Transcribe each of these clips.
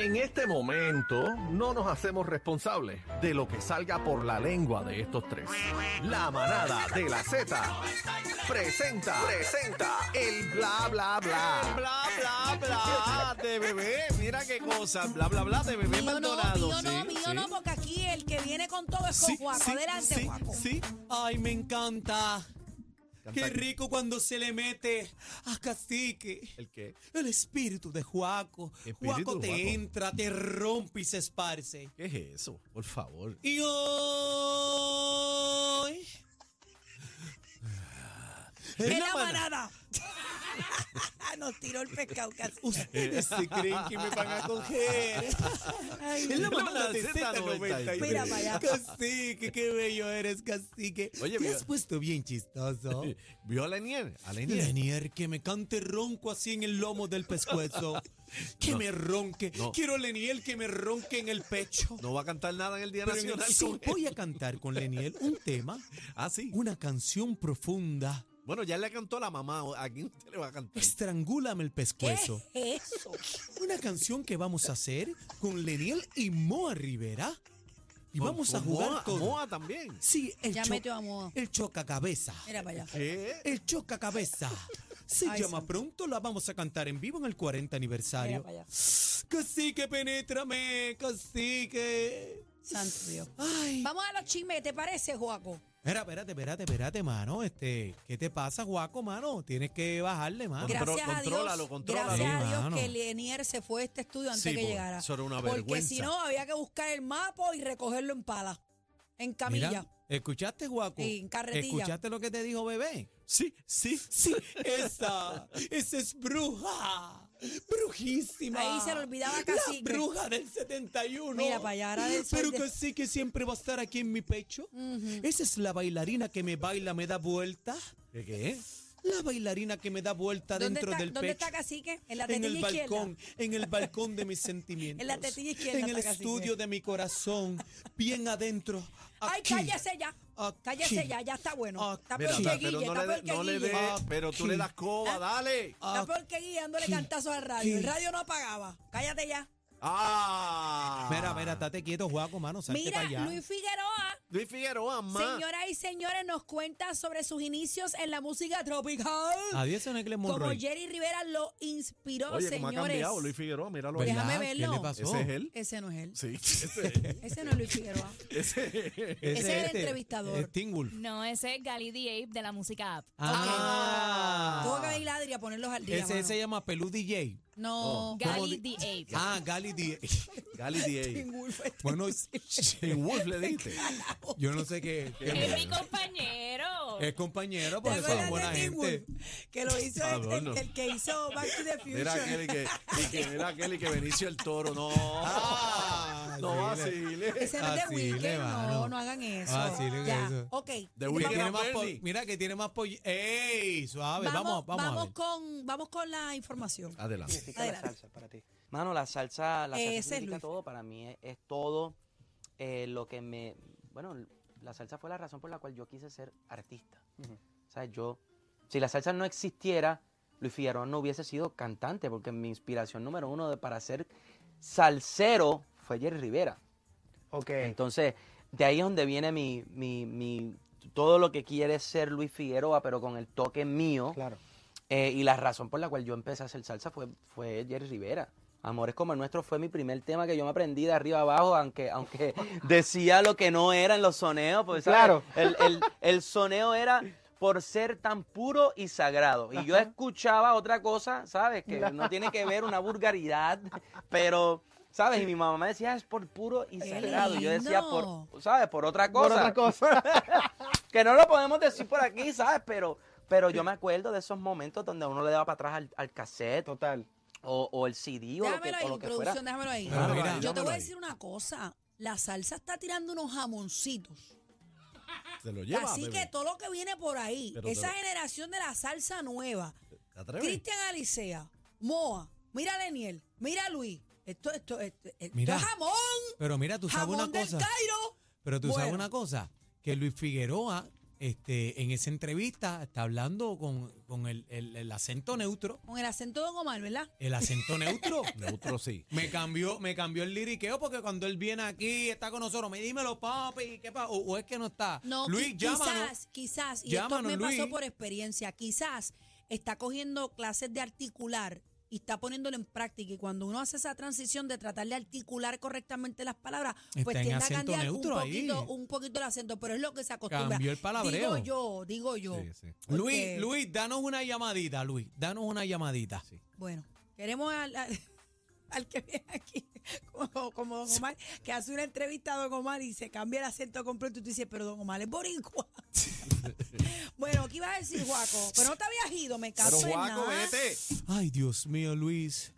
En este momento no nos hacemos responsables de lo que salga por la lengua de estos tres. La manada de la Z presenta, presenta el bla bla bla. Bla, bla, bla, de bebé. Mira qué cosa. Bla, bla, bla, de bebé Mío no, Maldonado. mío no, Sí, mío sí. no, porque aquí el que viene con todo es con Sí, Juaco. sí, Adelante, sí, Juaco. sí. Ay, me encanta. Qué rico cuando se le mete a Cacique. ¿El qué? El espíritu de Juaco. ¿Qué espíritu, Juaco te Juaco? entra, te rompe y se esparce. ¿Qué es eso? Por favor. Y hoy. ¡Es la manada. manada! Nos tiró el pescado casi. Ustedes se creen que me van a coger. Es la manada de Z93. Mira para allá. Cacique, qué bello eres, cacique. Oye, Te mira. has puesto bien chistoso. ¿Vio a Lenier? A Lenier. Lenier, que me cante ronco así en el lomo del pescuezo. Que me ronque. no. Quiero a Lenier que me ronque en el pecho. No va a cantar nada en el Día Pero en el- Nacional. sí, con él. voy a cantar con Lenier un tema, Ah, sí. una canción profunda. Bueno, ya le cantó la mamá. ¿A quién usted le va a cantar? Este, Estrangúlame el ¿Qué pescuezo. es eso? Una canción que vamos a hacer con Leniel y Moa Rivera. Y Con- vamos con a jugar Moa, con. Moa también. Sí, el, Ya cho- metió a Moa. el chocacabeza. Mira para allá. ¿Qué? El chocacabeza. Se Ay, llama santo. pronto, la vamos a cantar en vivo en el 40 Mira aniversario. para allá. Cacique, penétrame, cacique. Santo Dios. Ay. Vamos a los chismes, ¿te parece, Juaco? Espera, espérate, espérate, espérate, mano. Este, ¿qué te pasa, guaco, mano? Tienes que bajarle, mano. Gra- Gracias a contrólalo, Dios. contrólalo. Gracias a Sí, Dios mano. que Lenier se fue de este estudio antes Sí, que porque llegara. eso era una Porque vergüenza. si no, había que buscar el mapa y recogerlo en pala. En camilla. Mira, ¿escuchaste, guaco? Sí, en carretilla. ¿Escuchaste lo que te dijo, bebé? Sí, sí. Sí, esa, esa es bruja, brujísima. Ahí se le olvidaba La Cacique. bruja del 71. Mira para allá, ahora del sol Pero de- que sí que siempre va a estar aquí en mi pecho. Esa es la bailarina que me baila, me da vuelta. ¿Qué, qué? La bailarina que me da vuelta ¿Dónde, dentro está, del ¿dónde pecho. está Cacique? En la en tetilla el izquierda. balcón, en el balcón de mis sentimientos. En la tetilla izquierda En el está Cacique. estudio de mi corazón, bien adentro. Ay, aquí. cállese ya. Aquí. Cállese ya, ya está bueno. Está Mira, peor Mira, Porque da- que Guille, pero no está le, peor que no le Ah. Guille. dé, Ah, pero tú le das coba, dale. Está peor que Guille dándole Aquí. cantazos al radio. El Aquí. radio no apagaba. Cállate ya. Ah. Mira, mira, estate quieto, Juaco, mano, salte Mira, para allá. Luis Figueroa, Luis Figueroa, mamá. señoras y señores, nos cuenta sobre sus inicios en la música tropical. Adiós, Ana Inglés Como Monroy. Jerry Rivera lo inspiró, Oye, ¿cómo ha señores. cambiado Luis Figueroa? Míralo ahí. Déjame ¿Verdad? verlo. ¿Qué le pasó? ¿Ese es él? Ese no es él. Sí, ese es él. Ese no es Luis Figueroa. Ese es el entrevistador. Es este, Teen Wolf. No, ese es Gali the Ape de la música app. Tuvo que Ah. venir la Adri a ponerlos al día. Ese Oh, mano. se llama Pelú DJ. No. Gali the Ape. Ah, Gali DJ. Gali D.A. Wolfe. Bueno, En Wolf le diste. yo no sé qué. Es mi compañero. Es compañero, ¿Te por eso es acuerdas buena Eh, de Tim gente. Ah, Wolfe? Que lo hizo el, el- el que hizo Back to the Future. Mira aquel y que, y que, mira aquel y que Benicio el Toro. No. Ah, no sí, le- vaciles. Ese no es de Así le Weekend, va, no, no. no hagan eso. Así le va Ya, eso. Ok. De Que Weeknd tiene a más po- Bernie. mira que tiene más pollo. ¡Ey! Suave, Vamos, vamos, vamos, a ver. con, vamos con la información. Ah, Adelante. significa Adelante. la salsa para ti? Mano, la salsa, la Ese salsa es significa Luis. todo. Para mí es, es todo eh, lo que me... Bueno, la salsa fue la razón por la cual yo quise ser artista. O sea, yo... Si la salsa no existiera, Luis Figueroa no hubiese sido cantante, porque mi inspiración número uno de- para ser salsero fue Jerry Rivera. Ok. Entonces, de ahí es donde viene mi, mi, mi- todo lo que quiere ser Luis Figueroa, pero con el toque mío. claro. Eh, y la razón por la cual yo empecé a hacer salsa fue, fue Jerry Rivera. Amores como el nuestro fue mi primer tema que yo me aprendí de arriba abajo, aunque, aunque decía lo que no era en los soneos. Pues, ¿sabes? Claro. El, el- el soneo era por ser tan puro y sagrado. Y yo escuchaba otra cosa, ¿sabes? Que no tiene que ver una vulgaridad, pero, ¿sabes? Y mi mamá me decía, es por puro y ¡Qué sagrado. Y yo decía, lindo! por, ¿sabes? Por otra cosa Por otra cosa. que no lo podemos decir por aquí, ¿sabes? Pero, pero yo me acuerdo de esos momentos donde uno le daba para atrás al, al cassette Total. o, o el CD o lo, que, Déjamelo o ahí, lo que fuera. producción, déjamelo ahí. Claro, mira, Yo te dámelo voy a ahí. decir una cosa. La salsa está tirando unos jamoncitos. Se lo lleva, Así bebé. que todo lo que viene por ahí, Pero te esa lo- generación de la salsa nueva, ¿Te atreves? Cristian Alicea, Moa, mira a Leniel, mira a Luis. Esto, esto, esto, esto Mira, es jamón. Pero mira, tú sabes jamón una del cosa. Cairo. Pero tú sabes Bueno. una cosa, que Luis Figueroa, este, en esa entrevista, está hablando con, con el, el- el acento neutro. Con el acento de Don Omar, ¿verdad? El acento neutro. Neutro sí. Me cambió, me cambió el liriqueo porque cuando él viene aquí, está con nosotros, me dímelo, papi, ¿qué pasa? O, o es que no está. No, Luis, qui- llámanos. quizás, quizás, y Llámanos, esto me pasó Luis. por experiencia, quizás está cogiendo clases de articular y está poniéndolo en práctica. Y cuando uno hace esa transición de tratar de articular correctamente las palabras, Está pues en tiende a acento cambiar un neutro ahí. poquito, un poquito el acento, pero es lo que se acostumbra. Cambió el palabreo. Digo yo, digo yo. Sí, sí. Luis, porque- Luis, danos una llamadita, Luis, danos una llamadita. Bueno, queremos al, al- al que viene aquí, como, como Don Omar, que hace una entrevista a Don Omar y se cambia el acento completo y tú dices, pero Don Omar es boricua. bueno, ¿qué ibas a decir, Juaco? Pero no te habías ido, me caso Pero en Juaco, nada. vete. Ay, Dios mío, Luis,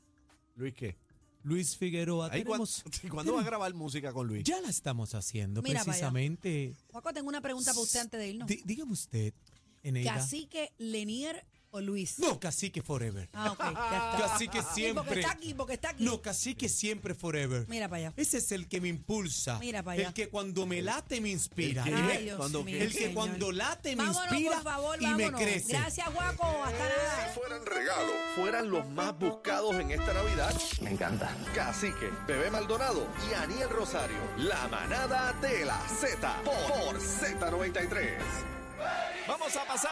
Luis, ¿qué? Luis Figueroa, Ahí, ¿cuándo, tenemos- ¿Cuándo va a grabar música con Luis? ya la estamos haciendo Mira para allá. precisamente. Juaco, tengo una pregunta para usted antes de irnos. Dí- dígame usted, Eneida. ¿Cacique, Lenier o Luis? No, cacique forever. Ah, ok, ya está. Cacique Sí, porque siempre. está aquí, porque está aquí. No, cacique siempre forever. Mira para allá. Ese es el que me impulsa. Mira para allá. El que cuando me late me inspira. El que- Ay, ¿Qué? Dios ¿Cuándo mío, qué? El que señor. cuando late me Vámonos, inspira por favor, y vámonos. me crece. Gracias, Juaco. Hasta nada. Si fueran regalo, fueran los más buscados en esta Navidad. Me encanta. Cacique, Bebé Maldonado y Aniel Rosario. La manada de la Z por, por Z93. Vamos a pasar.